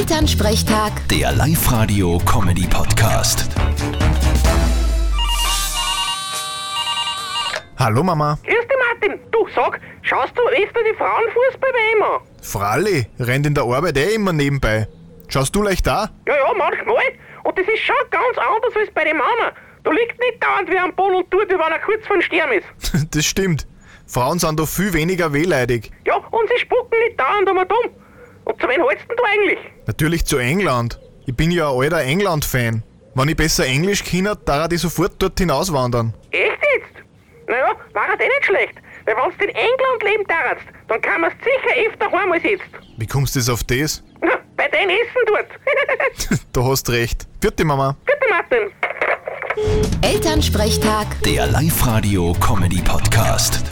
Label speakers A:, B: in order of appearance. A: Elternsprechtag,
B: Der Live-Radio-Comedy-Podcast.
C: Hallo Mama.
D: Grüß dich, Martin. Du, sag, schaust du öfter die Frauenfußball bei ihm an?
C: Fralli rennt in der Arbeit eh immer nebenbei. Schaust du leicht da?
D: Ja, ja, manchmal. Und das ist schon ganz anders als bei den Männern. Da liegt nicht dauernd wie am Boden und tut, wie wenn er kurz vor dem Sterben ist.
C: Das stimmt. Frauen sind da viel weniger wehleidig.
D: Ja, und sie spucken nicht dauernd einmal dumm. Und zu wen hältst denn du eigentlich?
C: Natürlich zu England. Ich bin ja ein alter England-Fan. Wenn ich besser Englisch kenne, darf ich sofort dort hinauswandern.
D: Echt jetzt? Naja, war das eh nicht schlecht. Weil wenn du in England leben darfst, dann kann man's sicher öfter heim als jetzt.
C: Wie kommst du das auf das?
D: Na, bei deinem Essen dort.
C: Du hast recht. Vierte Mama.
D: Bitte, Martin.
A: Elternsprechtag.
B: Der Live-Radio-Comedy-Podcast.